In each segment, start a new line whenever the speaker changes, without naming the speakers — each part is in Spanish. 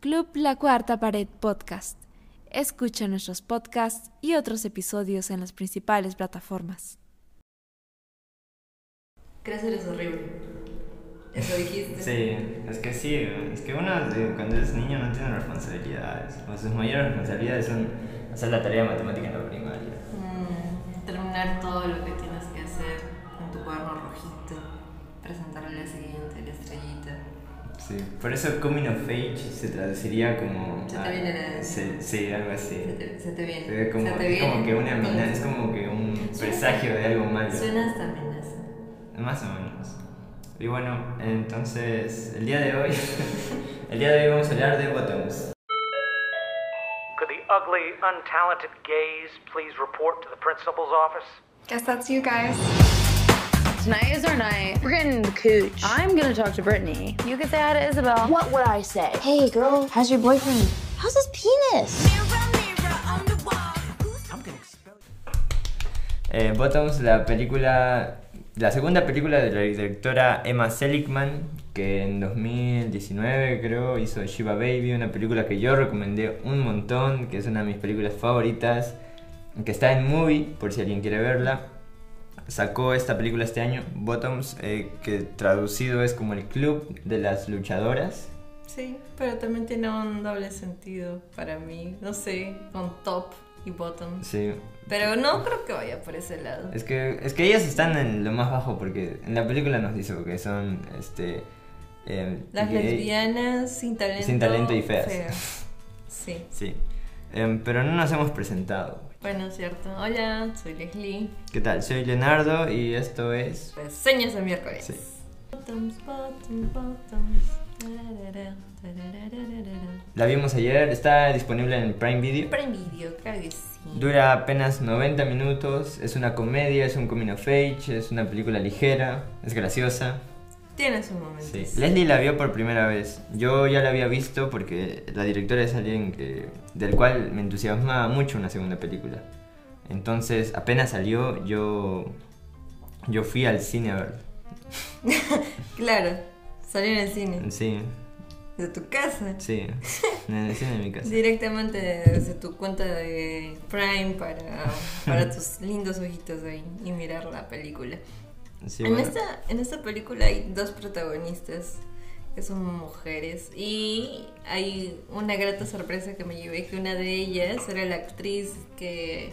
Club La Cuarta Pared Podcast. Escucha nuestros podcasts y otros episodios en las principales plataformas.
Crecer es horrible. Eso dijiste.
Sí, es que sí, es que uno eh, cuando es niño no tiene responsabilidades. O sus mayores responsabilidades son hacer la tarea de matemática en la primaria.
Mm, terminar todo lo que tienes que hacer en tu cuaderno rojito. Presentar al día siguiente la estrellita.
Sí, por eso Coming of Age se traduciría como.
Se te viene la-
se- sí, algo así.
Se te, se te viene.
Se ve como,
se te
es como
viene.
que una mina, es como que un presagio de algo malo.
Suena hasta amenaza.
Más o menos. Y bueno, entonces, el día de hoy. el día de hoy vamos a hablar de bottoms.
Could the ugly, untalented gays please report to the principal's office?
Guess that's you guys.
Tonight is our night. We're getting the cooch. I'm gonna talk to Brittany. You can say hi to Isabel.
What would I say? Hey, girl, how's your boyfriend? How's his penis?
Eh, bottoms, la película. La segunda película de la directora Emma Seligman, que en 2019 creo hizo Shiva Baby, una película que yo recomendé un montón, que es una de mis películas favoritas, que está en movie, por si alguien quiere verla. Sacó esta película este año, Bottoms, eh, que traducido es como el club de las luchadoras.
Sí, pero también tiene un doble sentido para mí. No sé, con top y bottom.
Sí.
Pero no creo que vaya por ese lado.
Es que, es que ellas están en lo más bajo porque en la película nos dice que son este, eh,
Las
gay-
lesbianas sin talento.
Sin talento y feas.
Sí.
Sí. Em, pero no nos hemos presentado.
Bueno, cierto. Hola, soy Leslie.
¿Qué tal? Soy Leonardo y esto es.
Reseñas de miércoles.
Sí.
Bottoms, bottoms, bottoms. Tarara, tararararara.
La vimos ayer, está disponible en Prime Video.
Prime Video, claro que sí.
Dura apenas 90 minutos, es una comedia, es un coming of age, es una película ligera, es graciosa.
Tiene sus momentos.
Sí. Leslie la vio por primera vez. Yo ya la había visto porque la directora es alguien que, del cual me entusiasmaba mucho una segunda película. Entonces, apenas salió, yo, yo fui al cine a verla.
Claro, salió en el cine.
Sí,
De tu casa.
sí. En el cine de mi casa.
Directamente desde tu cuenta de Prime para, para tus lindos ojitos ahí y mirar la película.
Sí,
en,
bueno.
esta, en esta película hay dos protagonistas que son mujeres y hay una grata sorpresa que me llevé que una de ellas era la actriz que...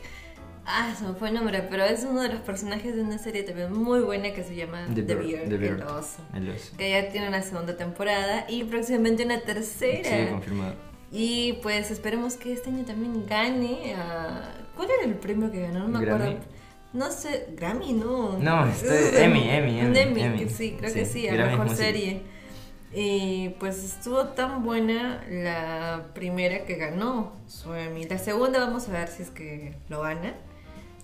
Ah, se me fue el nombre, pero es uno de los personajes de una serie también muy buena que se llama The,
Bird,
Bear,
The Bird.
el oso.
El oso.
Que ya tiene una segunda temporada y próximamente una tercera.
Sí, confirmado.
Y pues esperemos que este año también gane a... ¿Cuál era el premio que ganó? No me
Grammy.
acuerdo. No sé, Grammy no.
No, este,
Eso es de-
Emmy, Emmy,
un
Emmy,
Emmy,
Emmy.
sí, creo
Sí,
que sí, a
Grammy es
mejor
música.
serie. Y pues estuvo tan buena la primera que ganó su Emmy. La segunda vamos a ver si es que lo gana.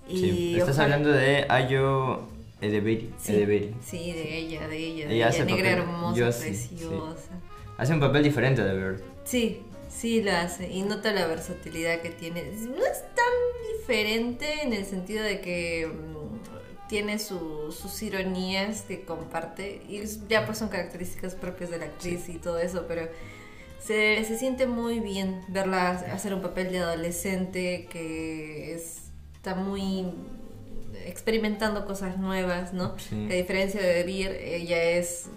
Y
Sí. Estás
ojalá-
hablando de Ayo Edebiri.
Sí,
Edebiri.
sí, de ella, de ella, de
Ella
ella,
hace
negra
papel-
hermosa,
yo sí, sí.
preciosa.
Hace un papel diferente de Bird.
Sí, sí la hace y nota la versatilidad que tiene. No es tan diferente en el sentido de que mm, tiene su- sus ironías que comparte y es- ya pues son características propias de la actriz y todo eso, pero se, se siente muy bien verla hacer un papel de adolescente que es- está muy experimentando cosas nuevas, ¿no?
Sí.
Que a diferencia de Beer, ella es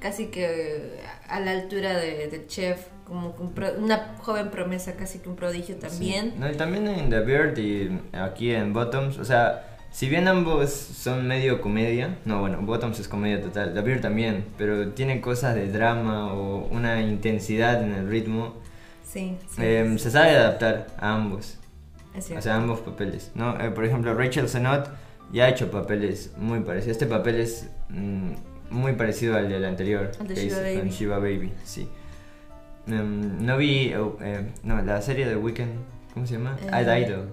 casi que a la altura de- del chef, como que un pro- una joven promesa, casi que un prodigio también.
No, y también en The Beard y aquí en Bottoms, o sea, si bien ambos son medio comedia, no, bueno, Bottoms es comedia total, The Beard también, pero tiene cosas de drama o una intensidad en el ritmo,
Sí, sí,
eh, se sabe adaptar a ambos,
es
o
cierto.
sea, ambos papeles, ¿no? Eh, por ejemplo, Rachel Zenot ya ha hecho papeles muy parecidos, este papel es mm, muy parecido al del anterior,
Al de
que
Shiva
hizo con
Baby.
Shiva Baby, sí. Em, no vi, oh, eh, no, la serie de Weekend, ¿cómo se llama?
Eh,
Ad Idol.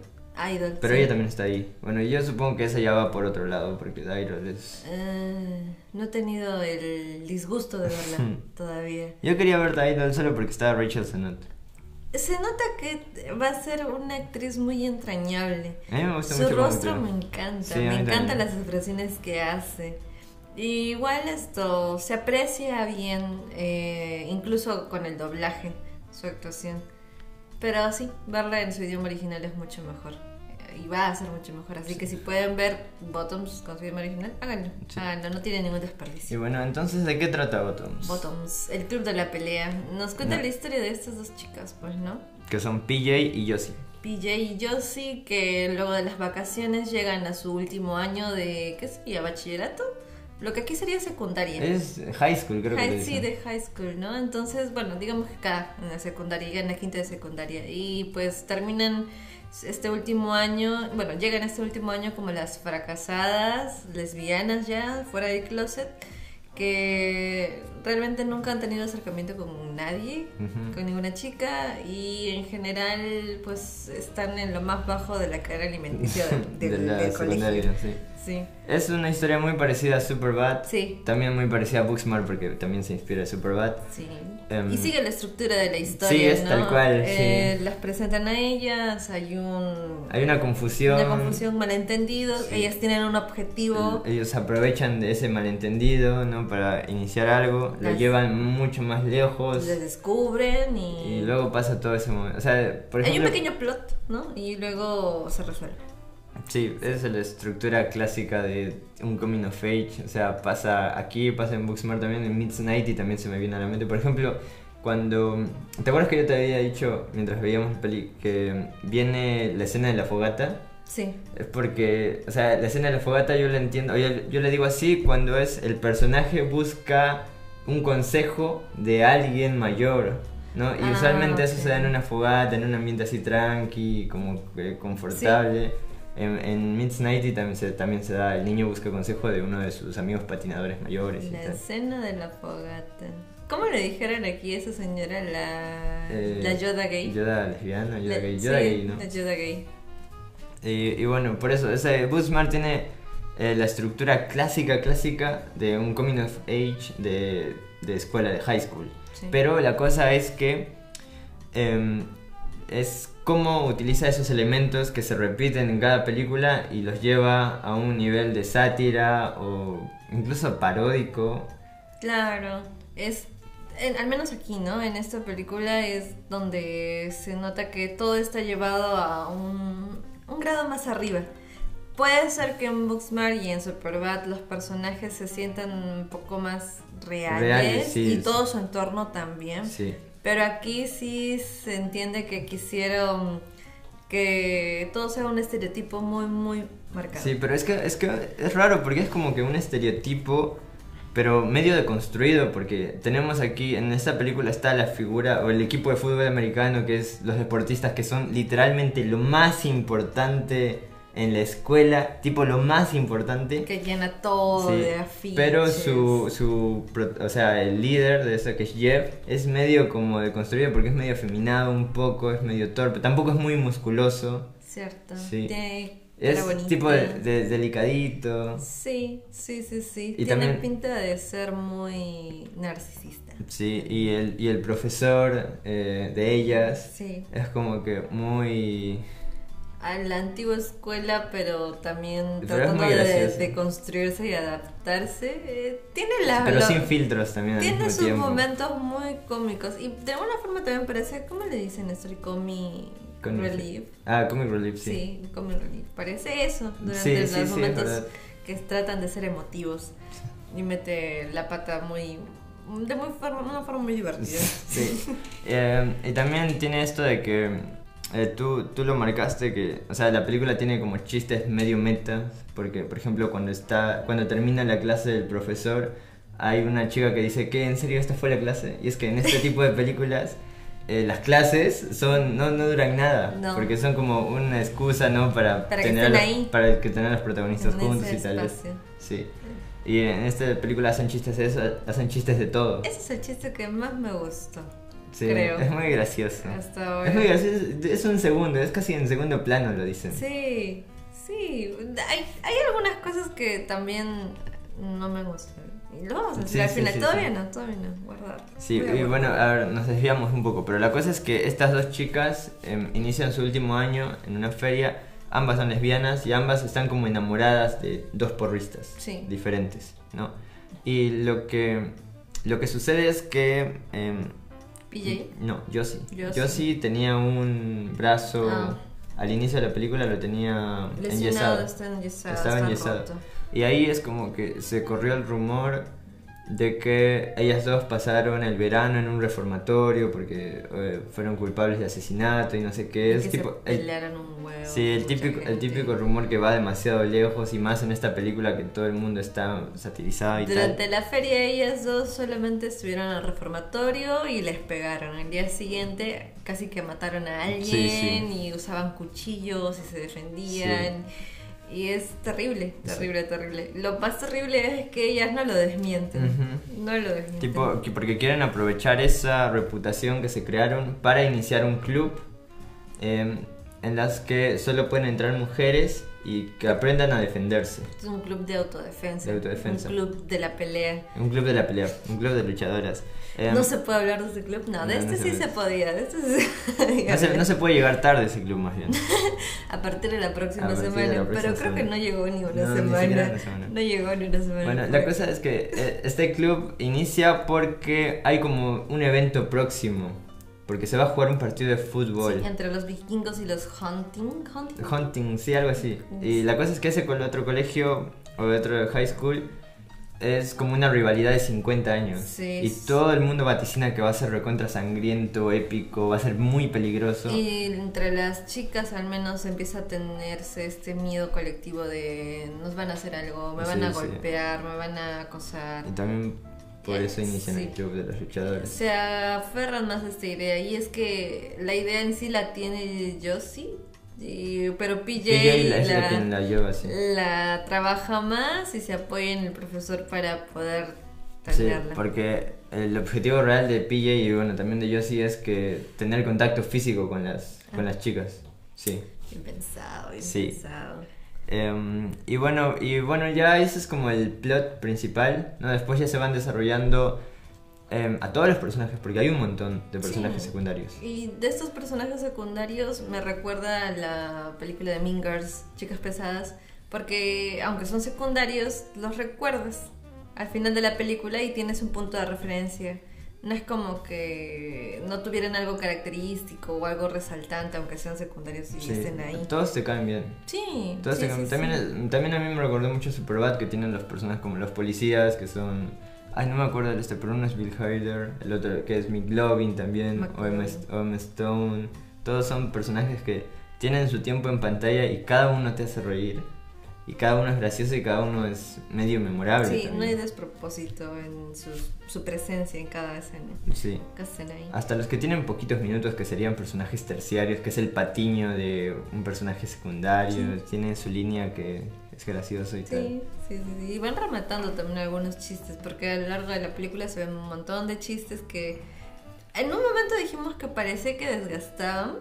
Idol,
Pero
sí.
ella también está ahí. Bueno, yo supongo que esa ya va por otro lado, porque Dairo es...
Eh, no he tenido el disgusto de verla todavía.
Yo quería ver Dairo solo porque estaba Rachel Zenot.
Se nota que va a ser una actriz muy entrañable.
A mí me gusta
Su
mucho cómo
rostro
actúa.
me encanta,
Sí, a
me
mí
encantan
también.
las expresiones que hace. Y igual esto se aprecia bien, eh, incluso con el doblaje. su actuación. Pero sí, verla en su idioma original es mucho mejor. Eh, Y va a ser mucho mejor. Así que si pueden ver Bottoms con su idioma original, háganlo. Háganlo, no tiene ningún
Y
desperdicio.
bueno, entonces, ¿de qué trata Bottoms?
Bottoms, el club de la pelea. Nos cuenta
No.
la historia de estas dos chicas, pues, ¿no?
Que son PJ y Josie.
PJ y Josie que luego de las vacaciones llegan a su último año de, ¿qué sería? ¿Bachillerato? Lo que aquí sería secundaria.
Es high school, creo que
High-
le
sí,
dicen.
de high school, ¿no? Entonces, bueno, digamos que acá en la secundaria, en la quinta de secundaria. Y pues terminan este último año, bueno, llegan este último año como las fracasadas, lesbianas ya, fuera del closet, que realmente nunca han tenido acercamiento con nadie, con ninguna chica, y en general pues están en lo más bajo de la cadena alimenticia del,
De
del-
la
del colegio.
secundaria, sí.
Sí.
Es una historia muy parecida a Superbad.
Sí.
También muy parecida a Booksmart porque también se inspira de Superbad.
Sí.
Em,
y sigue la estructura de la historia.
sí, es
¿no?
tal cual,
Eh,
sí.
Las presentan a ellas, hay un.
Hay una confusión.
Una confusión, malentendidos. Ellas tienen un objetivo.
Ellos aprovechan de ese malentendido, ¿no? Para iniciar algo. Lo
Las-
llevan mucho más
Les
lejos.
pues, descubren
Y
y.
luego pasa todo ese momento. O sea, por
Hay un
ejemplo.
pequeño plot, ¿no? Y luego se resuelve.
Sí, esa es la estructura clásica de un coming of age. O sea, pasa aquí, pasa en Booksmart también, en Midnight y también se me viene a la mente. Por ejemplo, cuando. ¿Te acuerdas que yo te había dicho mientras veíamos la peli que viene la escena de la fogata?
Sí.
Es porque, o sea, la escena de la fogata yo la entiendo, o yo, yo le digo así cuando es el personaje busca un consejo de alguien mayor, ¿no? Y
Ah,
usualmente eso
ok.
se da en una fogata, en un ambiente así tranqui, como eh, confortable. En, en Midnight también se, también se da, el niño busca consejo de uno de sus amigos patinadores mayores y
La
tal.
escena de la fogata. ¿Cómo le dijeron aquí a esa señora la.
Eh,
la Yoda gay?
Yoda lesbiana, Yoda
La-
gay, Yoda
sí,
gay, ¿no?
La Yoda gay.
Y, y bueno, por eso, ese Bootsmart tiene eh, la estructura clásica, clásica de un coming of age de, de escuela, de high school.
Sí.
Pero la cosa es que em, es cómo utiliza esos elementos que se repiten en cada película y los lleva a un nivel de sátira o incluso paródico.
Claro, es, en- al menos aquí, ¿no? En esta película es donde se nota que todo está llevado a un, un grado más arriba. Puede ser que en Booksmart y en Superbad los personajes se sientan un poco más reales,
Reales, sí,
y
es-
todo su entorno también.
Sí.
Pero aquí sí se entiende que quisieron que todo sea un estereotipo muy, muy marcado.
Sí, pero es que, es que es raro porque es como que un estereotipo, pero medio deconstruido, porque tenemos aquí, en esta película está la figura o el equipo de fútbol americano, que es los deportistas que son literalmente lo más importante en la escuela, tipo lo más importante.
Que llena todo
Sí,
de afiches.
pero su, su, pro- o sea, el líder de eso que es Jeff es medio como deconstruido porque es medio afeminado un poco, es medio torpe, tampoco es muy musculoso,
Cierto.
Sí.
Tiene cara
es
bonita.
tipo de- de- delicadito.
Sí, sí, sí, sí.
Y
Tiene
también-
pinta de ser muy narcisista.
Sí, y el, y el profesor eh, de ellas
Sí.
es como que muy...
A la antigua escuela, pero también
Pero es
tratando
muy
de,
gracioso.
de construirse y adaptarse. eh, tiene la...
Pero
lo-
sin filtros también al
tiene
mismo
sus
tiempo.
momentos muy cómicos. Y de alguna forma también parece... ¿Cómo le dicen esto? El comi...
Con-
relief.
Ah, Comic Relief, sí.
Sí, comic relief. Parece eso
Sí,
durante
sí,
los
sí,
momentos
es verdad.
que tratan de ser emotivos y mete la pata muy de muy forma, una forma muy divertida.
Sí. Eh, y también tiene esto de que eh, tú, tú lo marcaste que, o sea, la película tiene como chistes medio meta, porque por ejemplo cuando está cuando termina la clase del profesor hay una chica que dice que en serio esta fue la clase y es que en este tipo de películas eh, las clases son no, no duran nada
No.
porque son como una excusa no para,
Para que
tener
estén
a los-
ahí.
para que tener a los protagonistas
En ese
juntos y tal
espacio.
sí y en esta película hacen chistes de eso hacen chistes de todo
Ese es el chiste que más me gustó.
Sí,
creo.
es muy gracioso.
Hasta ahora.
Es muy gracioso, es un segundo, es casi en segundo plano lo dicen.
Sí, sí. Hay, hay algunas cosas que también no me gustan. Y lo vamos a decir
Sí,
al
sí,
final.
sí,
todavía
sí.
no, todavía no. Guardar.
Sí,
Voy a
y
guardar.
bueno, a ver, nos desviamos un poco, pero la cosa es que estas dos chicas em, inician su último año en una feria, ambas son lesbianas y ambas están como enamoradas de dos porristas
Sí.
diferentes, ¿no? Y lo que, lo que sucede es que em,
PJ.
No, Josie.
Josie.
Josie tenía un brazo.
Ah.
Al inicio de la película lo tenía
Lesionado,
enyesado.
está enyesado,
Estaba
está
enyesado.
roto.
Y ahí es como que se corrió el rumor de que ellas dos pasaron el verano en un reformatorio porque eh, fueron culpables de asesinato y no sé qué. Es
que
tipo.
se
el-
pelearon un huevo.
Sí, el
mucha
típico, el
gente.
típico rumor que va demasiado lejos y más en esta película que todo el mundo está satirizado y
Durante
tal.
la feria ellas dos solamente estuvieron al reformatorio y les pegaron. El día siguiente casi que mataron a alguien
Sí, sí.
y usaban cuchillos y se defendían. Y es terrible, terrible, terrible. Lo más terrible es que ellas no lo desmienten. No lo desmienten.
Tipo, que porque quieren aprovechar esa reputación que se crearon para iniciar un club eh, en las que solo pueden entrar mujeres y que aprendan a defenderse.
es un club de autodefensa.
De autodefensa.
Un club de la pelea.
Un club de la pelea, un club de luchadoras. Eh,
No se puede hablar de ese club. No, de
No, no
este
se
sí
puede.
se podía. De este sí se podía
no se, no
hablar.
se puede llegar tarde a ese club más bien.
A partir de la
A
próxima
partir de la
semana.
próxima
pero creo que
semana.
no llegó ni una
No, ni
semana.
siquiera una semana.
No llegó ni una semana.
Bueno, la cosa es que eh, este club inicia porque hay como un evento próximo, porque se va a jugar un partido de fútbol.
Sí, entre los vikingos y los hunting. hunting.
Hunting, sí, algo así. Y la cosa es que ese con otro colegio o de otro high school es como una rivalidad de 50 años.
Sí,
y
sí.
todo el mundo vaticina que va a ser recontra sangriento, épico, va a ser muy peligroso.
Y entre las chicas al menos empieza a tenerse este miedo colectivo de nos van a hacer algo, me van
Sí,
a
sí.
golpear, me van a acosar.
Y también por eso inician
Sí.
el club de los luchadores.
Se aferran más a esta idea y es que la idea en sí la tiene Josie, y- pero PJ,
PJ es la
la-
quien la lleva así.
la trabaja más y se apoya en el profesor para poder
Sí,
tenerla.
porque el objetivo real de PJ y bueno, también de Josie es que tener contacto físico con las, con
Ah.
las chicas. Sí.
Bien pensado, bien
Sí.
pensado.
Em, y bueno, y bueno, ya ese es como el plot principal, ¿no? Después ya se van desarrollando em, a todos los personajes, porque hay un montón de personajes
Sí.
secundarios.
Y de estos personajes secundarios me recuerda a la película de Mingers, Chicas Pesadas, porque aunque son secundarios, los recuerdas al final de la película y tienes un punto de referencia. No es como que no tuvieran algo característico o algo resaltante, aunque sean secundarios y
Sí,
estén ahí.
Todos te caen bien.
Sí,
Todos
sí,
te
sí,
caen-
sí.
también, también a mí me recordó mucho Superbad que tienen los personajes como los policías, que son... Ay, no me acuerdo de este, pero uno es Bill Hader, el otro que es Mick Lovin también, o
McLovin.
M. Stone. Todos son personajes que tienen su tiempo en pantalla y cada uno te hace reír. Y cada uno es gracioso y cada uno es medio memorable.
Sí, no hay
también.
despropósito en su, su presencia en cada escena.
Sí.
Cada escena ahí.
Hasta los que tienen poquitos minutos, que serían personajes terciarios, que es el patiño de un personaje secundario, tiene su línea que es gracioso y
Sí, sí, sí, sí. Y van rematando también algunos chistes, porque a lo largo de la película se ven un montón de chistes que en un momento dijimos que parecía que desgastaban,
tal.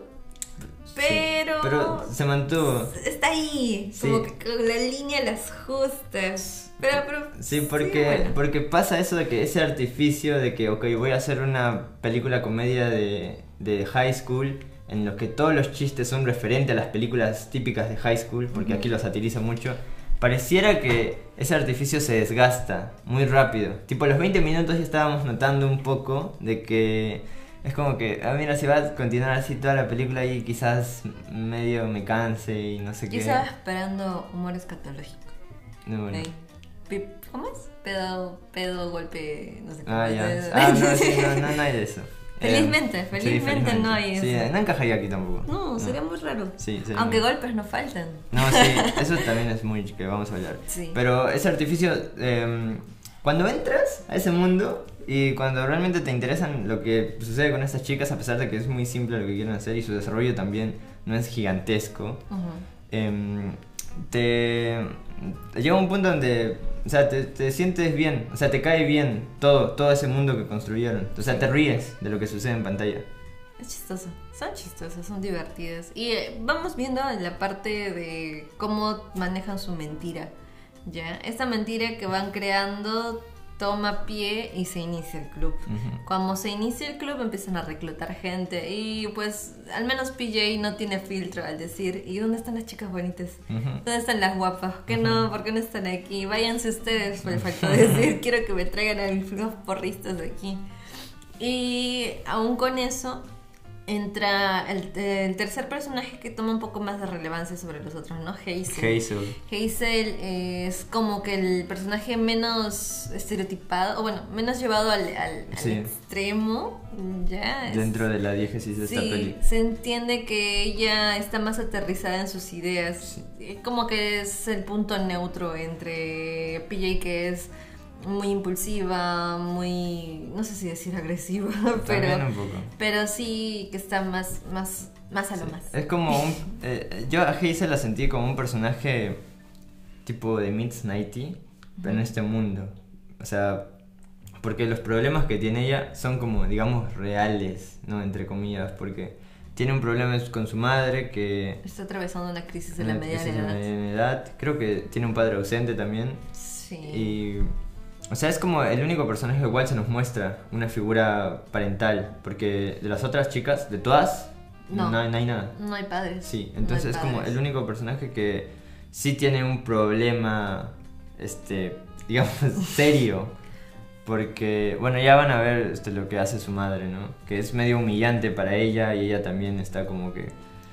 Sí,
pero,
Pero se mantuvo.
está ahí,
Sí.
como que con la línea las justas. Pero, pero
Sí, porque,
bueno.
porque pasa eso de que ese artificio de que, ok, voy a hacer una película comedia de, de high school en los que todos los chistes son referentes a las películas típicas de high school, porque aquí lo satiriza mucho, pareciera que ese artificio se desgasta muy rápido. Tipo, a los 20 minutos ya estábamos notando un poco de que es como que, ah, mira, si va a continuar así toda la película y quizás medio me canse y no sé
yo
qué.
estaba esperando humor escatológico.
No, bueno.
Ahí. Pip- ¿Cómo es? Pedo, pedo, golpe, no sé qué.
Ah, ya.
Pedo.
Ah, no, sí, no, no, no hay de eso.
Felizmente,
Eh, sí,
felizmente no hay
Sí,
eso.
eh, no encajaría aquí tampoco.
No, sería muy raro.
Ah. Sí, sería
Aunque
muy-
golpes no faltan.
No, sí, eso también es muy que vamos a hablar.
Sí.
Pero ese artificio, eh, cuando entras a ese mundo y cuando realmente te interesan lo que sucede con estas chicas, a pesar de que es muy simple lo que quieren hacer y su desarrollo también no es gigantesco,
Ujú.
em, te, te lleva a un punto donde, o sea, te, te sientes bien, o sea, te cae bien todo, todo ese mundo que construyeron. O sea, te ríes de lo que sucede en pantalla.
Es chistoso, son chistosas, son divertidas. Y eh, vamos viendo la parte de cómo manejan su mentira. ¿Ya? Esta mentira que van creando toma pie y se inicia el club. Cuando se inicia el club empiezan a reclutar gente y pues al menos PJ no tiene filtro al decir, ¿y dónde están las chicas bonitas? ¿Dónde están las guapas? ¿Por qué no? ¿Por qué no están aquí? Váyanse ustedes, me faltó decir, quiero que me traigan a mis unos porristas de aquí. Y aún con eso, entra el, el tercer personaje que toma un poco más de relevancia sobre los otros, ¿no? Hazel.
Hazel.
Hazel es como que el personaje menos estereotipado, o bueno, menos llevado al, al- al
Sí.
extremo. Ya. es-
Dentro de la diégesis de esta
Sí,
peli.
se entiende que ella está más aterrizada en sus ideas. Eh, Como que es el punto neutro entre PJ que es muy impulsiva, muy no sé si decir agresiva,
También un
pero
poco.
pero sí que está más más más a lo más.
Es como un. eh, yo a Hazel la sentí como un personaje tipo de Mids Nighty, pero en este mundo. O sea, porque los problemas que tiene ella son como, digamos, reales, ¿no? Entre comillas, porque tiene un problema con su madre que.
Está atravesando una crisis de la
una
mediana
crisis de la
edad.
mediana edad. Creo que tiene un padre ausente también.
Sí.
Y. O sea, es como el único personaje que igual se nos muestra una figura parental. Porque de las otras chicas, de todas,
No.
no hay- no hay nada.
No hay padres.
Sí,
No
entonces
hay
es como
padres.
el único personaje que sí tiene un problema, este, digamos, serio. Porque, bueno, ya van a ver este, lo que hace su madre, ¿no? Que es medio humillante para ella y ella también está como que...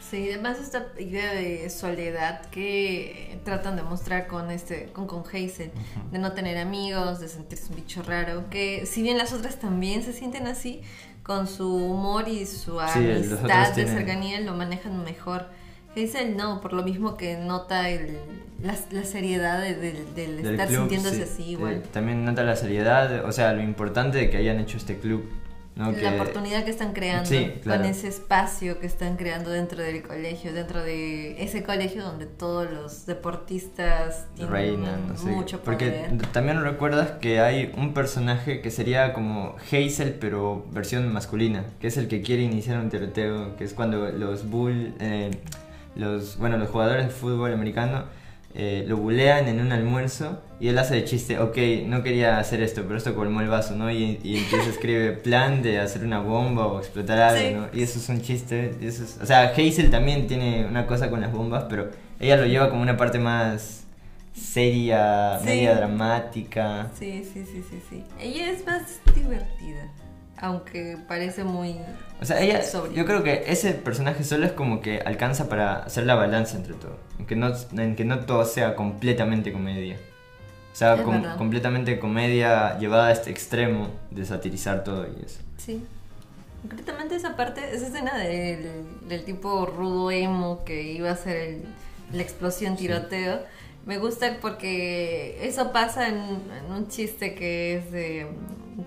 Sí, además esta idea de soledad que tratan de mostrar con este, con, con Hazel, de no tener amigos, de sentirse un bicho raro, que si bien las otras también se sienten así, con su humor y su
el- los
amistad
otros
de
tienen-
cercanía lo manejan mejor. Hazel no, por lo mismo que nota el- la, la seriedad de- del, del
del
estar
club,
sintiéndose
sí,
así
eh,
igual.
también nota la seriedad, o sea, lo importante de que hayan hecho este club, ¿no?
La
Que-
oportunidad que están creando
Sí, claro.
con ese espacio que están creando dentro del colegio, dentro de ese colegio donde todos los deportistas tienen
Reina, no sé.
mucho
porque
poder.
también recuerdas que hay un personaje que sería como Hazel, pero versión masculina, que es el que quiere iniciar un tiroteo, que es cuando los bull, eh, los, bueno, los jugadores de fútbol americano eh, lo bulean en un almuerzo y él hace el chiste, ok, no quería hacer esto, pero esto colmó el vaso, ¿no? Y, y entonces escribe plan de hacer una bomba o explotar algo,
Sí.
¿no? Y eso es un chiste, y eso es- o sea, Hazel también tiene una cosa con las bombas, pero ella lo lleva como una parte más seria,
Sí.
media dramática.
Sí, sí, sí, sí, sí. Ella es más divertida, aunque parece muy...
O sea, ella,
Sobria.
yo creo que ese personaje solo es como que alcanza para hacer la balanza entre todo, en que no, en que no todo sea completamente comedia. O sea,
Es
com-
verdad.
completamente comedia llevada a este extremo de satirizar todo y eso.
Sí. Concretamente esa parte, esa escena del, del tipo rudo emo que iba a hacer el- la explosión tiroteo, me gusta porque eso pasa en, en un chiste que es de...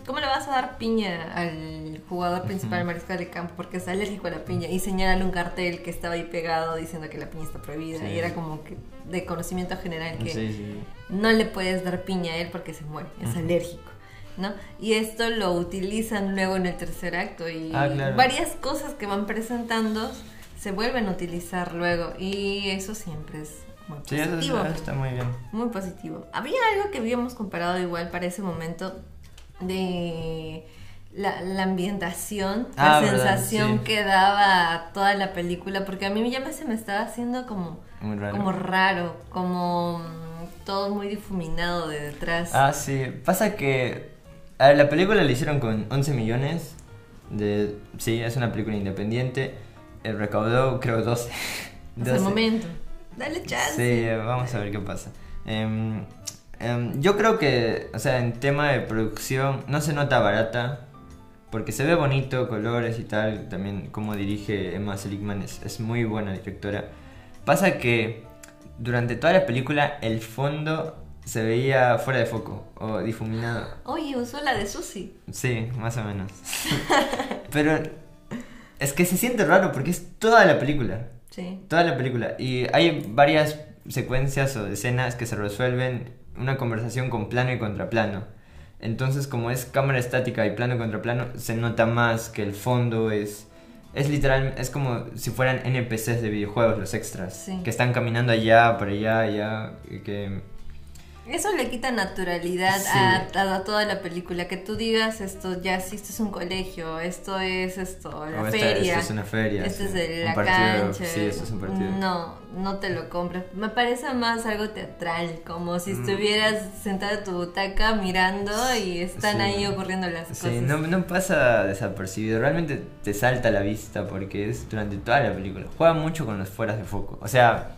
¿Cómo le vas a dar piña al jugador principal mariscal de campo? Porque es alérgico a la piña y señalan un cartel que estaba ahí pegado diciendo que la piña está prohibida
Sí.
y era como que de conocimiento general que
Sí, sí, sí.
no le puedes dar piña a él porque se muere, es alérgico, ¿no? Y esto lo utilizan luego en el tercer acto y
Ah, claro.
varias cosas que van presentando se vuelven a utilizar luego y eso siempre es muy
Sí, eso,
positivo.
eso está muy bien.
Muy positivo. Había algo que habíamos comparado igual para ese momento de la, la ambientación, la
Ah, verdad,
sensación
sí.
que daba toda la película, porque a mí ya me, se me estaba haciendo como
Muy raro.
como raro, como mm, todo muy difuminado de detrás.
Ah, sí. Pasa que a ver, la película la hicieron con 11 millones. De, sí, es una película independiente. eh, recaudó, creo, 12.
hasta
12.
el momento. Dale chance.
Sí, eh, vamos a ver qué pasa. Em, em, yo creo que, o sea, en tema de producción, no se nota barata. Porque se ve bonito, colores y tal. También como dirige Emma Seligman es, es muy buena directora. Pasa que durante toda la película el fondo se veía fuera de foco o difuminado.
Oye, usó la de Susi.
Sí, más o menos. Pero es que se siente raro porque es toda la película.
Sí.
Toda la película. Y hay varias secuencias o escenas que se resuelven una conversación con plano y contraplano. Entonces, como es cámara estática y plano contra plano, se nota más que el fondo es. Es literal, es como si fueran NPCs de videojuegos, los extras.
Sí.
Que están caminando allá, por allá, allá. y que
Eso le quita naturalidad
Sí.
a, a- a toda la película. Que tú digas esto, ya sí, esto es un colegio, esto es esto, la
O esta-
feria.
esto es una feria,
Esto
sí.
es de
Un
la
partido,
cancha.
sí, esto es un partido.
No, no te lo compras. Me parece más algo teatral, como
Mm.
si estuvieras sentada en tu butaca mirando y están
Sí.
ahí ocurriendo las
Sí,
cosas.
no, no pasa desapercibido, realmente te salta a la vista porque es durante toda la película. Juega mucho con los fueras de foco, o sea,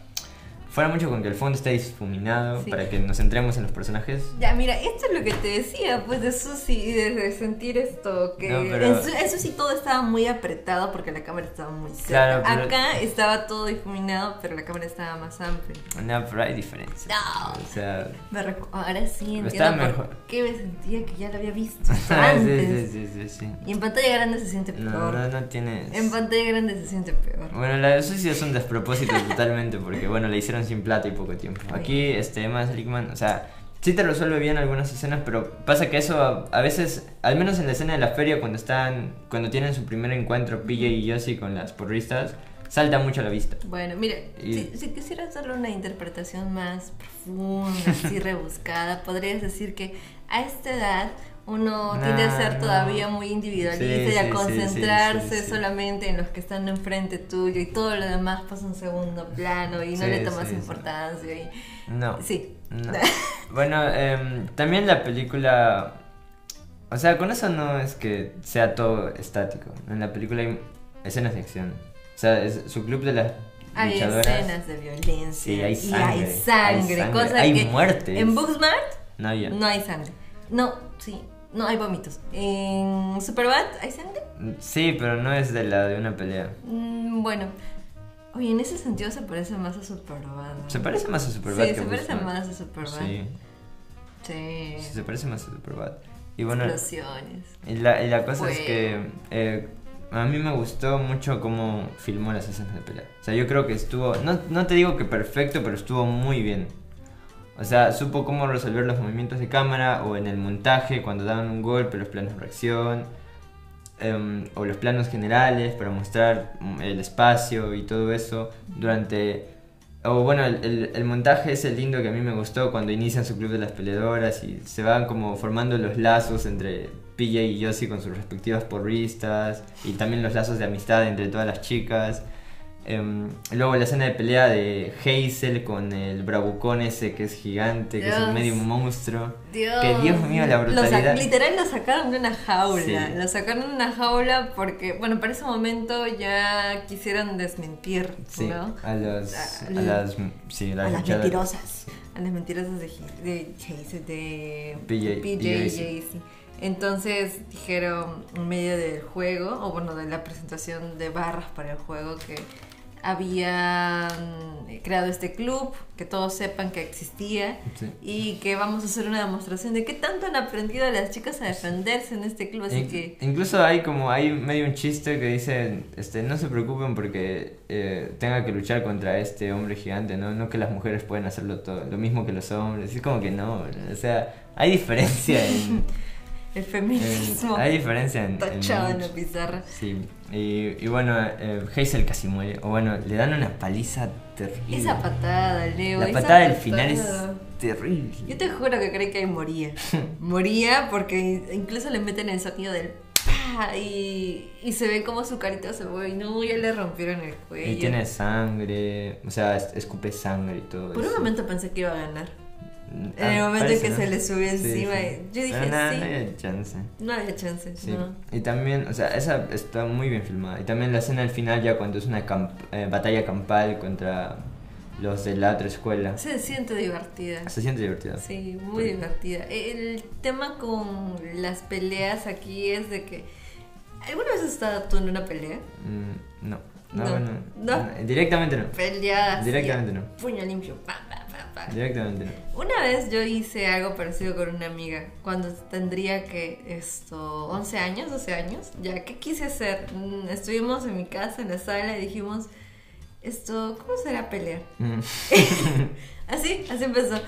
fuera mucho con que el fondo esté difuminado
Sí.
para que nos centremos en los personajes.
Ya, mira, esto es lo que te decía, pues de Susi y de, de sentir esto, que
No, pero-
en, Su- en Susi todo estaba muy apretado porque la cámara estaba muy cerca.
Claro, pero-
Acá estaba todo difuminado, pero la cámara estaba más amplia.
No, pero hay diferencia.
No.
O sea,
Me recu- Ahora sí entiendo
Pero estaba
por
mejor.
qué me sentía que ya la había visto antes.
sí, sí, sí, sí, sí.
Y en pantalla grande se siente peor.
No, no, no tienes.
En pantalla grande se siente peor.
Bueno, la de Suicide es un despropósito totalmente porque, bueno, la hicieron sin plata y poco tiempo. Aquí, este, Emma Slickman, o sea, sí te resuelve bien algunas escenas, pero pasa que eso a, a veces, al menos en la escena de la feria, cuando están, cuando tienen su primer encuentro PJ y Yossi con las porristas, salta mucho a la vista.
Bueno, mira,
Y-
si, si quisiera hacerle una interpretación más profunda, así rebuscada, podrías decir que a esta edad uno
Nah,
tiende a ser
no.
todavía muy individualista
Sí,
y a
sí, sí,
concentrarse
sí, sí, sí.
solamente en los que están enfrente tuyo y todo lo demás pasa a un segundo plano y no
Sí,
le tomas
sí, sí.
importancia. y-
No.
Sí.
No. bueno, em, también la película. O sea, con eso no es que sea todo estático. En la película hay escenas de acción. O sea, es su club de las
Hay
luchadoras.
escenas de violencia
Sí, hay
y
sangre,
hay sangre,
hay sangre,
cosa
hay
que
muertes.
En Booksmart
No había.
no hay sangre. No, sí, no hay vómitos. En Superbad hay sangre.
Sí, pero no es de la de una pelea.
Mm, bueno, oye, en ese sentido se parece más a Superbad. ¿no?
Se parece más a Superbad
Sí,
que
se parece
Busman.
más a Superbad.
Sí,
Sí.
sí, se parece más a Superbad. Y bueno,
Explosiones.
y la, y la cosa es
Fuego.
que eh, a mí me gustó mucho cómo filmó las escenas de pelea. O sea, yo creo que estuvo, no, no te digo que perfecto, pero estuvo muy bien. O sea, supo cómo resolver los movimientos de cámara o en el montaje, cuando daban un golpe, los planos de reacción. em, o los planos generales para mostrar mm, el espacio y todo eso durante... O bueno, el, el- el montaje ese lindo que a mí me gustó cuando inician su club de las peleadoras y se van como formando los lazos entre PJ y Yossi con sus respectivas porristas y también los lazos de amistad entre todas las chicas. Em, luego la escena de pelea de Hazel con el bravucón ese que es gigante, que es
Dios.
un medio monstruo.
Dios.
Que Dios mío, la
Lo sa-
brutalidad.
literal lo sacaron de una jaula.
Sí.
Lo sacaron de una jaula porque, bueno, para ese momento ya quisieron desmentir,
Sí,
¿no? Ah,
a los-
A-
a las, sí,
A las
luchadoras.
mentirosas.
A las mentirosas de, G- de Chase, de
PJ,
PJ
sí.
Jaycee. Entonces dijeron en medio del juego, o bueno, de la presentación de barras para el juego, que habían creado este club, que todos sepan que existía
Sí.
y que vamos a hacer una demostración de qué tanto han aprendido las chicas a defenderse en este club. Así
Inc-
que
Incluso hay como hay medio un chiste que dice, este, no se preocupen porque eh, tenga que luchar contra este hombre gigante, ¿no? No que las mujeres pueden hacerlo todo, lo mismo que los hombres. Es como que no, o sea, hay diferencia en,
el
en-
feminismo
eh, hay diferencia en, en
tachado en la
mucho.
pizarra.
Sí. Y, y bueno, eh, Hazel casi muere. O bueno, le dan una paliza terrible.
Esa patada, Leo.
La
esa
patada del final es
patada.
terrible.
Yo te juro que creí que ahí moría. Moría porque incluso le meten el sonido del pa y, y se ve como su carita se mueve y no, ya le rompieron el cuello.
Y tiene sangre, o sea, es- escupe sangre y todo.
Por un
eso. Mm, ah,
momento pensé que iba a ganar.
En
el momento en que se le subió encima, yo dije,
no,
sí.
No había chance.
No había chance.
Sí.
No.
Y también, o sea, esa está muy bien filmada. Y también la escena al final, ya cuando es una camp- eh, batalla campal contra los de la otra escuela.
Se siente divertida.
Se siente divertida.
Sí, muy divertida. El tema con las peleas aquí es de que. ¿Alguna vez has estado tú en una pelea?
Mm, no. No,
No.
bueno,
No.
no, Directamente no.
Peleadas.
Directamente no.
Puño limpio. Pa, pa, pa, pa.
Directamente no.
Una vez yo hice algo parecido con una amiga cuando tendría que esto 11 años, 12 años, ya que quise hacer, Mm, estuvimos en mi casa en la sala y dijimos esto, ¿cómo será pelear?
Mm.
así, así empezó.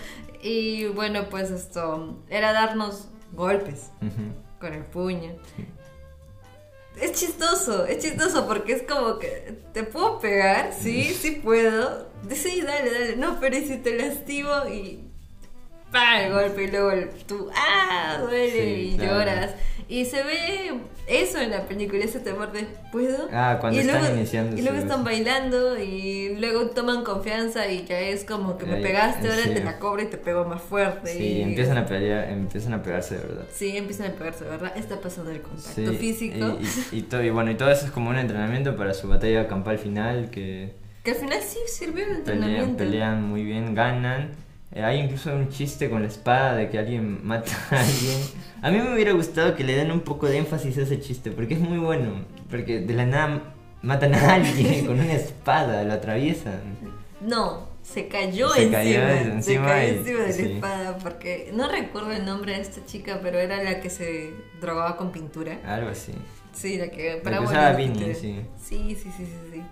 Y bueno, pues esto era darnos golpes
Ujú.
con el puño. Es chistoso, es chistoso porque es como que te puedo pegar, sí, sí puedo. Sí, dale, dale. No, pero ¿y si te lastimo y pa, el golpe y luego el- tú, ah, duele
Sí,
y
claro.
lloras. Y se ve eso en la película, ese temor de puedo.
Ah, cuando
y
están
luego,
iniciando
Y luego
su-
están bailando y luego toman confianza y ya es como que me
Ahí,
pegaste, ahora
sí.
te la cobro y te pego más fuerte.
Sí,
y
empiezan a pelear, empiezan a pegarse de verdad.
Sí, empiezan a pegarse, ¿verdad? Está pasando el
Sí,
contacto físico.
Y, y- y todo, y bueno, y todo eso es como un entrenamiento para su batalla campal final que
Que al final sí sirvió el
pelean,
entrenamiento.
pelean muy bien, ganan. Eh, hay incluso un chiste con la espada de que alguien mata a alguien. A mí me hubiera gustado que le den un poco de énfasis a ese chiste porque es muy bueno. Porque de la nada matan a alguien con una espada, lo atraviesan.
No, se cayó
Se
encima.
cayó
se
encima
cayó
y-
encima de la
sí.
espada. Porque no recuerdo el nombre de esta chica, pero era la que se drogaba con pintura.
Algo así.
Sí, la que
que
paraba
usaba
la
Vinny,
pintura.
sí.
Sí, sí, sí, sí, sí.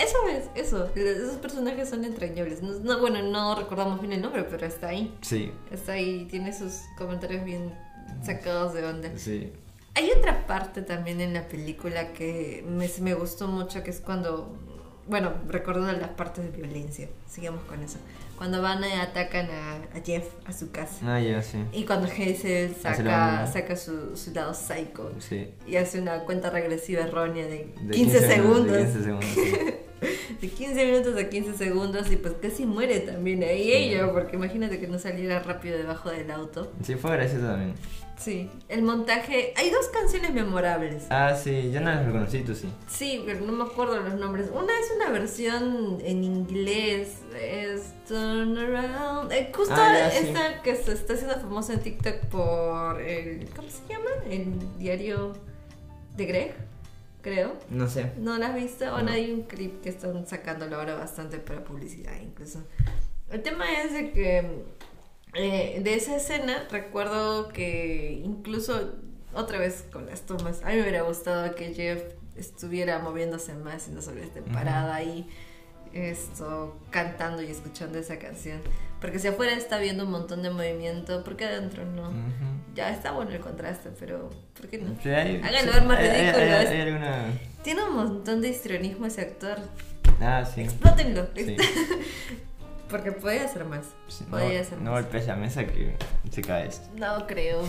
Eso es, eso. Esos personajes son entrañables. No, no, bueno, no recordamos bien el nombre, pero está ahí.
Sí,
Está ahí, tiene sus comentarios bien sacados de onda.
sí.
Hay otra parte también en la película que me, me gustó mucho, que es cuando, bueno, recordando las partes de violencia, sigamos con eso. Cuando van y atacan a, a Jeff a su casa.
Ah, ya, sí.
Y cuando Hazel
Hace la
saca,
banda.
saca su, su lado psycho
Sí.
y hace una cuenta regresiva errónea de,
De
15, segundos.
De 15 segundos, sí.
De 15 minutos a 15 segundos y pues casi muere también ahí ella, porque imagínate que no saliera rápido debajo del auto.
Sí, fue gracioso también.
Sí, el montaje... Hay dos canciones memorables.
Ah, sí, yo no las reconocí, tú sí.
Sí, pero no me acuerdo los nombres. Una es una versión en inglés. Es Turn Around. Eh, justo
Ah, ya, sí.
esta que se está haciendo famosa en TikTok por el. ¿Cómo se llama? El diario de Greg, creo.
No sé.
¿No la has visto? Bueno,
No.
hay un clip que están sacándolo ahora bastante para publicidad incluso. El tema es de que eh, de esa escena recuerdo que incluso otra vez con las tomas, a mí me hubiera gustado que Jeff estuviera moviéndose más y no solo esté parada ahí esto cantando y escuchando esa canción. Porque si afuera está viendo un montón de movimiento, ¿por qué adentro no? Ya está bueno el contraste, pero ¿por qué no?
Mm. Sí, hay-
Háganlo
sí,
ver más
hay- hay-
ridículo.
hay-
es-
hay alguna...
tiene un montón de histrionismo ese actor.
Ah, sí.
Explótenlo.
Sí.
Porque podía hacer más.
Sí, no,
podía hacer
no
más.
golpees la mesa que se cae esto.
No creo.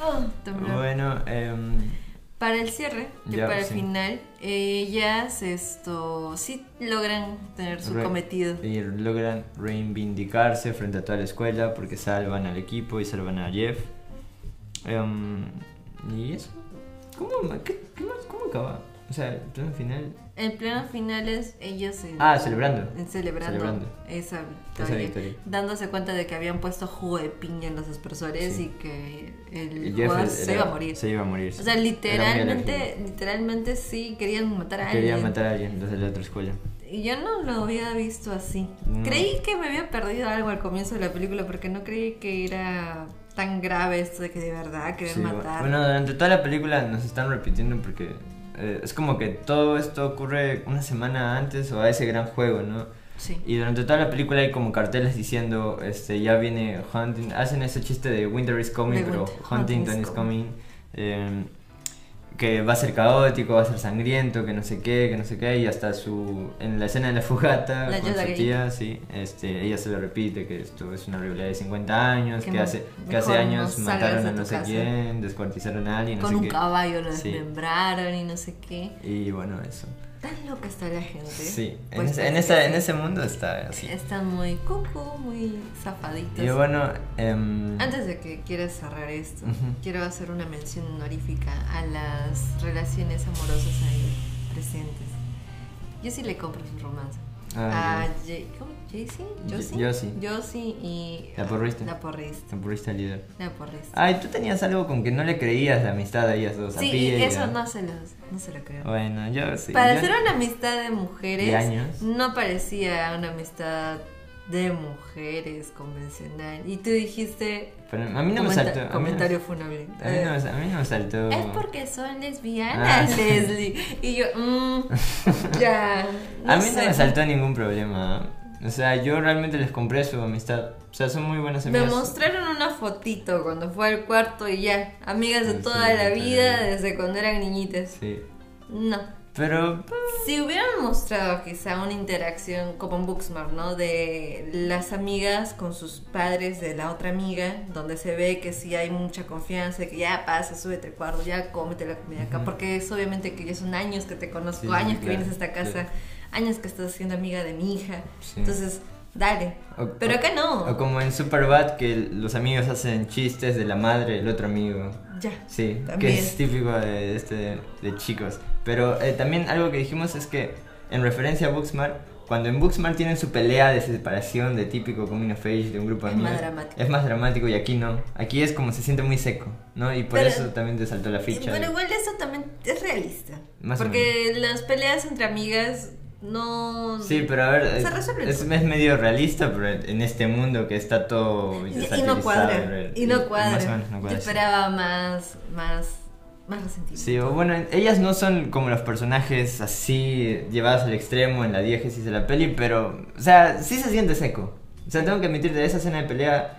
Oh, temblor.
Bueno, em,
Para el cierre, que
Ya,
para el
sí.
final, ellas esto sí logran tener su
re-
cometido.
Y logran reivindicarse frente a toda la escuela porque salvan al equipo y salvan a Jeff. Em, ¿Y eso? ¿Cómo, ma- qué- qué más- ¿Cómo acaba? O sea, todo el final...
El plano final es ellas en-
Ah, celebrando.
en celebrando,
Celebrando.
Esa, victoria,
Esa victoria.
Dándose cuenta de que habían puesto jugo de piña en los aspersores
Sí.
y que el
Y
jugador
era-
se iba a morir.
Se iba a morir.
O sea,
sí. Era muy
literalmente,
alérgico.
literalmente sí querían matar a alguien.
Querían matar a alguien desde la otra escuela.
Y yo no lo había visto así.
No.
Creí que me había perdido algo al comienzo de la película porque no creí que era tan grave esto de que de verdad querían
Sí,
matar.
Bueno, durante toda la película nos están repitiendo porque eh, es como que todo esto ocurre una semana antes o a ese gran juego, ¿no?
sí.
Y durante toda la película hay como carteles diciendo, este, ya viene Hunting, hacen ese chiste de Winter is coming,
De
pero
winter-
Huntington is coming, eh, que va a ser caótico, va a ser sangriento, que no sé qué, que no sé qué, y hasta su, en la escena de la fogata
La
con
ayuda
su
gay.
tía, sí, este, ella se lo repite, que esto es una rivalidad de 50 años,
Que
que,
me-
hace, que hace
mejor no
años
salgas
mataron
de
a no
tu
sé
casa.
quién, descuartizaron a alguien, no
Con
sé
un
qué.
caballo lo
Sí.
desmembraron y no sé qué.
Y bueno, eso.
Tan loca está la gente.
Sí, en,
Pues
ese- en
es
esa-
que
en
sí.
ese mundo está así.
Están muy cucu, muy zafaditos.
Y bueno, em,
Antes de que quieras cerrar esto, quiero hacer una mención honorífica a las relaciones amorosas ahí presentes. Yo sí le compro su romance. a
Ah,
Je- ¿cómo? ¿Jaycee?
Ye-
¿Josie?
Josie.
Josie y...
La porrista.
La porrista.
Temporista líder.
La porrista.
Ay, tú tenías algo con que no le creías la amistad a ellas dos. pues a
sí,
Pia y
eso
a-
no se, los, no se lo creo.
Bueno, yo sí.
Para
yo-
hacer una amistad de mujeres,
De años.
no parecía una amistad de mujeres convencional. Y tú dijiste...
Pero a mí no me
comenta-
saltó. A mí no,
Comentario funable.
a mí no me- a mí no me saltó.
Es porque son lesbianas,
Ah.
Leslie. Y yo, mm, ya.
a mí
sé.
no me saltó ningún problema. O sea, yo realmente les compré su amistad. O sea, son muy buenas
Me
amigas.
mostraron una fotito cuando fue al cuarto y ya. Amigas de
Sí,
toda la
sí,
vida,
sí.
desde cuando eran niñitas.
Sí.
No.
Pero eh,
Si hubieran mostrado quizá una interacción como en Booksmart, ¿no? De las amigas con sus padres de la otra amiga, donde se ve que sí hay mucha confianza, que ya pasa, súbete al cuarto, ya cómete la comida acá, porque es obviamente que ya son años que te conozco,
Sí, sí,
años que
claro,
vienes a esta casa,
claro.
años que estás siendo amiga de mi hija.
Sí.
Entonces, dale.
o-
Pero
o-
acá
O
no.
como en Superbad que los amigos hacen chistes de la madre del otro amigo.
Ya.
Sí,
También.
que es típico de, este, de chicos. Pero eh, también algo que dijimos es que, en referencia a Booksmart, cuando en Booksmart tienen su pelea de separación de típico coming of age de un grupo de
Es más
amigos,
dramático.
es más dramático y aquí no. Aquí es como se siente muy seco, ¿no? Y por
Pero-
eso también te saltó la ficha.
Pero igual eso también es realista.
Más o
porque las peleas entre amigas no...
Sí, pero a ver,
Se
es,
resuelven
es- es medio realista, pero en este mundo que está todo
Y, y
satirizado,
no cuadra.
real-
Y no cuadra.
más o menos no cuadra,
Yo
sí.
esperaba más, más, más resentido.
Sí, o bueno, ellas no son como los personajes así llevados al extremo en la diégesis de la peli, pero, o sea, sí se siente seco. O sea, tengo que admitir, de esa escena de pelea...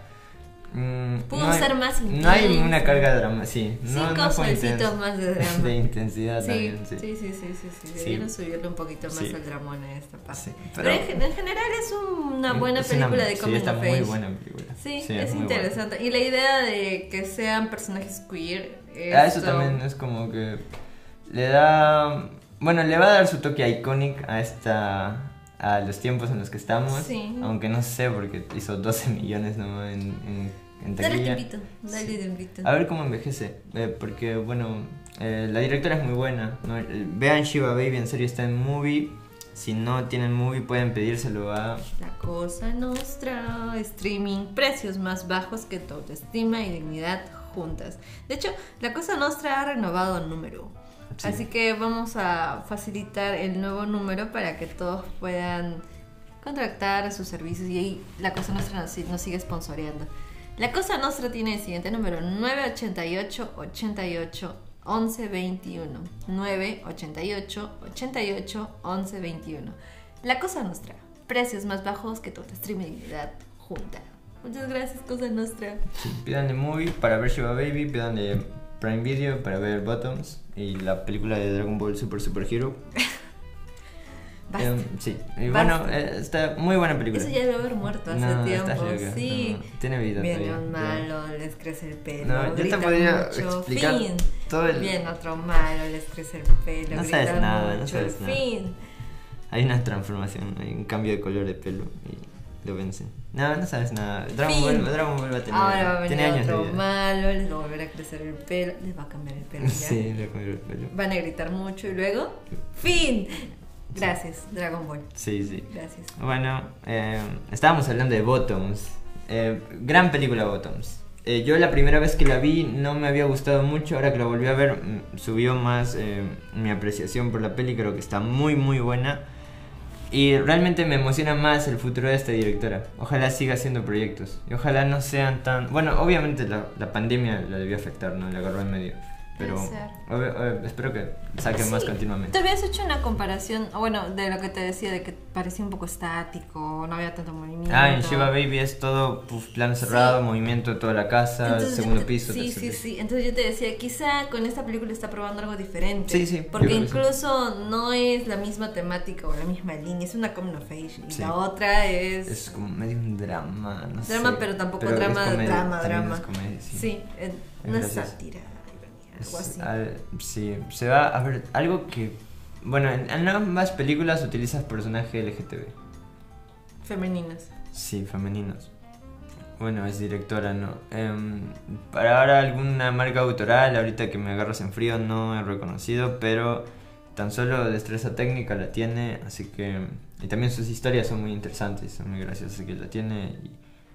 mm,
Pudo
no hay-
ser más
No hay
intensa.
una carga de drama, sí. no,
Cinco
no fue
solcitos
intenso.
más de drama.
De intensidad
Sí,
también, sí.
sí, sí, sí, sí, sí.
Sí.
Debieron subirle un poquito más
Sí.
al dramón en esta parte.
Sí,
pero
pero-
en, gen- en general es una buena
Es una-
película de
Sí,
coming
está
of
muy
age.
buena película.
Sí, es,
es muy buena.
interesante. Y la idea de que sean personajes queer.
Ah, eso
esto-
también es como que le da, bueno, le va a dar su toque iconic a esta a los tiempos en los que estamos,
Sí.
aunque no sé porque hizo 12 millones nomás en, en, en
Dale
taquilla.
tiempito, dale
Sí.
tiempito.
A ver cómo envejece, eh, porque bueno, eh, la directora es muy buena. ¿no? Eh, Vean Shiva Baby, en serio está en movie. Si no tienen movie pueden pedírselo a
Pues, La cosa nuestra, streaming, precios más bajos que tu autoestima y dignidad juntas. De hecho, la cosa nuestra ha renovado el número.
Sí.
Así que vamos a facilitar el nuevo número para que todos puedan contractar sus servicios y ahí la cosa nuestra nos, nos sigue sponsoreando. La cosa nuestra tiene el siguiente número 988 88 1121 988 88 1121. La cosa nuestra, precios más bajos que toda streaming y dignidad junta. Muchas gracias, cosa nuestra.
Pídanle Movie para ver Shiva Baby, pídanle Prime Video para ver Bottoms y la película de Dragon Ball Super Super Hero.
Basta.
Em, sí, y
Basta.
bueno, eh, está muy buena película.
Eso ya debe haber muerto hace
No,
tiempo.
estás loca.
Sí.
No, no. Tiene vida
Viene
todavía.
un malo, les crece el pelo.
No, yo te
gritan
podría
mucho,
explicar
fin.
todo el-
Viene otro malo, les crece el pelo.
No sabes
gritan
nada, no
mucho,
sabes nada.
Fin.
Hay una transformación, hay un cambio de color de pelo y lo vencen. No, no sabes nada. Dragon
Fin.
Ball, Dragon Ball va a tener.
Ahora va a venir
tiene años de
otro
vida.
malo, les va a volver a crecer el pelo. Les va a cambiar el pelo ya.
Sí, le cambió el pelo.
Van a gritar mucho y luego. Fin. Gracias, Dragon Ball.
Sí, sí.
Gracias.
Bueno, eh, estábamos hablando de Bottoms. Eh, gran película Bottoms. Eh, yo la primera vez que la vi no me había gustado mucho, ahora que la volví a ver mm, subió más eh, mi apreciación por la peli, creo que está muy muy buena. Y realmente me emociona más el futuro de esta directora. Ojalá siga haciendo proyectos. Y ojalá no sean tan... Bueno, obviamente la, la pandemia la debió afectar, ¿no? La agarró en medio. Pero
Puede ser.
obvio- obvio- espero que saque más
Sí,
continuamente.
Te habías hecho una comparación, bueno, de lo que te decía, de que parecía un poco estático, no había tanto movimiento.
Ah, en Shiva Baby es todo puf, plano cerrado, movimiento de toda la casa,
Entonces,
segundo
yo te-
piso.
Sí,
tercer
sí,
piso.
sí. Entonces yo te decía, quizá con esta película está probando algo diferente.
Sí, sí, yo
Porque
creo que sí.
incluso no es la misma temática o la misma línea, es una common of age. Y
Sí.
la otra es.
Es como medio un drama, no sé.
drama, pero tampoco
es
drama,
comedia,
drama,
también
drama.
es comedia, sí.
eh,
Es
una
gracioso.
sátira, ironía,
Es
algo así.
al- sí, se va a ver algo que. Bueno, en, en ambas películas utilizas personajes LGTB.
Femeninas.
Sí, femeninos. Bueno, es directora, ¿no? Em, para ahora alguna marca autoral, ahorita que me agarras en frío, no he reconocido, pero tan solo destreza técnica la tiene, así que... Y también sus historias son muy interesantes, son muy graciosas, así que la tiene.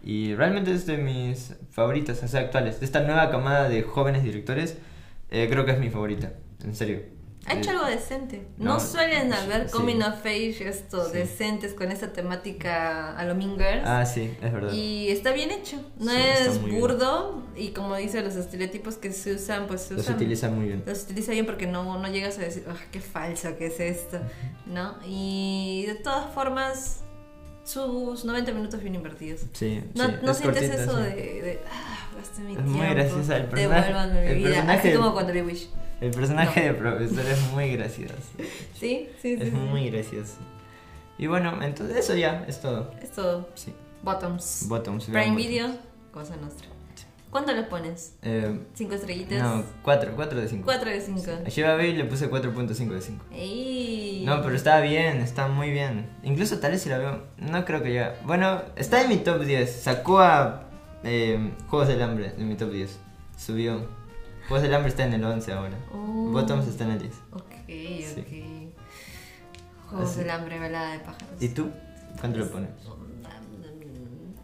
Y, y realmente es de mis favoritas, o sea, actuales. De esta nueva camada de jóvenes directores, eh, creo que es mi favorita, en serio.
Ha hecho
Eh,
algo decente. No,
no,
suelen haber
sí.
coming of age esto,
Sí.
decentes con esta temática a lo Mean Girls.
Ah, sí, es verdad.
Y está bien hecho. No
Sí, está
es
muy bien.
burdo y como dice los estereotipos que se usan, pues se
Los
usan.
utiliza muy bien.
Los utiliza bien porque no, no llegas a decir, "Ah, qué falso que es esto, ¿no? Y de todas formas, sus 90 minutos bien invertidos.
Sí,
No,
sí,
no
es
sientes
cortita,
eso
sí.
de, de, ah, gasté mi
Es
tiempo.
muy graciosa el personaje-
Devuélvanme mi
el
vida.
personaje-
Así como cuando vi Wish.
El personaje de profesor es muy gracioso.
Sí, sí, sí.
Es
sí.
muy gracioso. Y bueno, entonces eso ya es todo.
Es todo.
Sí.
Bottoms.
Bottoms,
Prime
vean
Video, cosa nuestra. ¿Cuánto le pones?
Eh,
¿Cinco estrellitas?
no, 4, 4 de 5.
Cuatro de cinco.
A Shiva Bay le puse 4.5 de 5.
Ey.
No, pero está bien, está muy bien. Incluso tal vez si la veo, no creo que ya. Bueno, está en mi top 10. Sacó a eh, Juegos del Hambre de mi top 10. Subió. Juegos del Hambre está en el 11 ahora.
Oh.
Bottoms está en el 10.
Ok, ok. Juegos
Así.
del hambre, velada de pájaros.
¿Y tú? ¿Cuánto le pones?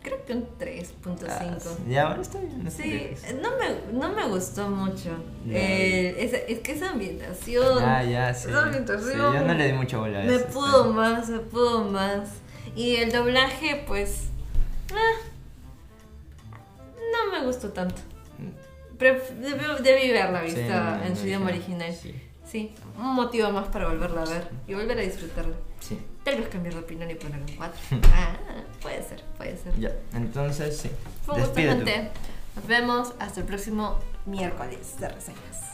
Creo que un 3.5.
Ah, Ya, bueno, está bien. no sé
Sí,
qué es.
no me, no me gustó mucho.
Ya.
Eh, esa- es, que esa ambientación.
Ah, ya, sí.
Esa ambientación.
Sí, yo no le di mucha bola a
Me
Ah, eso,
pudo
sí.
más, me pudo más. Y el doblaje, pues. ah, no me gustó tanto. Pref- debí, debí verla
Sí,
vista
no,
en
no,
su idioma
ya,
original.
sí.
Sí, un motivo más para volverla a ver y volver a disfrutarla.
Sí.
Tal vez cambiar de opinión y poner un 4. ah, puede ser, puede ser.
Ya, entonces sí.
Fue un gusto,
Despide tú.
gente. Nos vemos hasta el próximo miércoles de reseñas.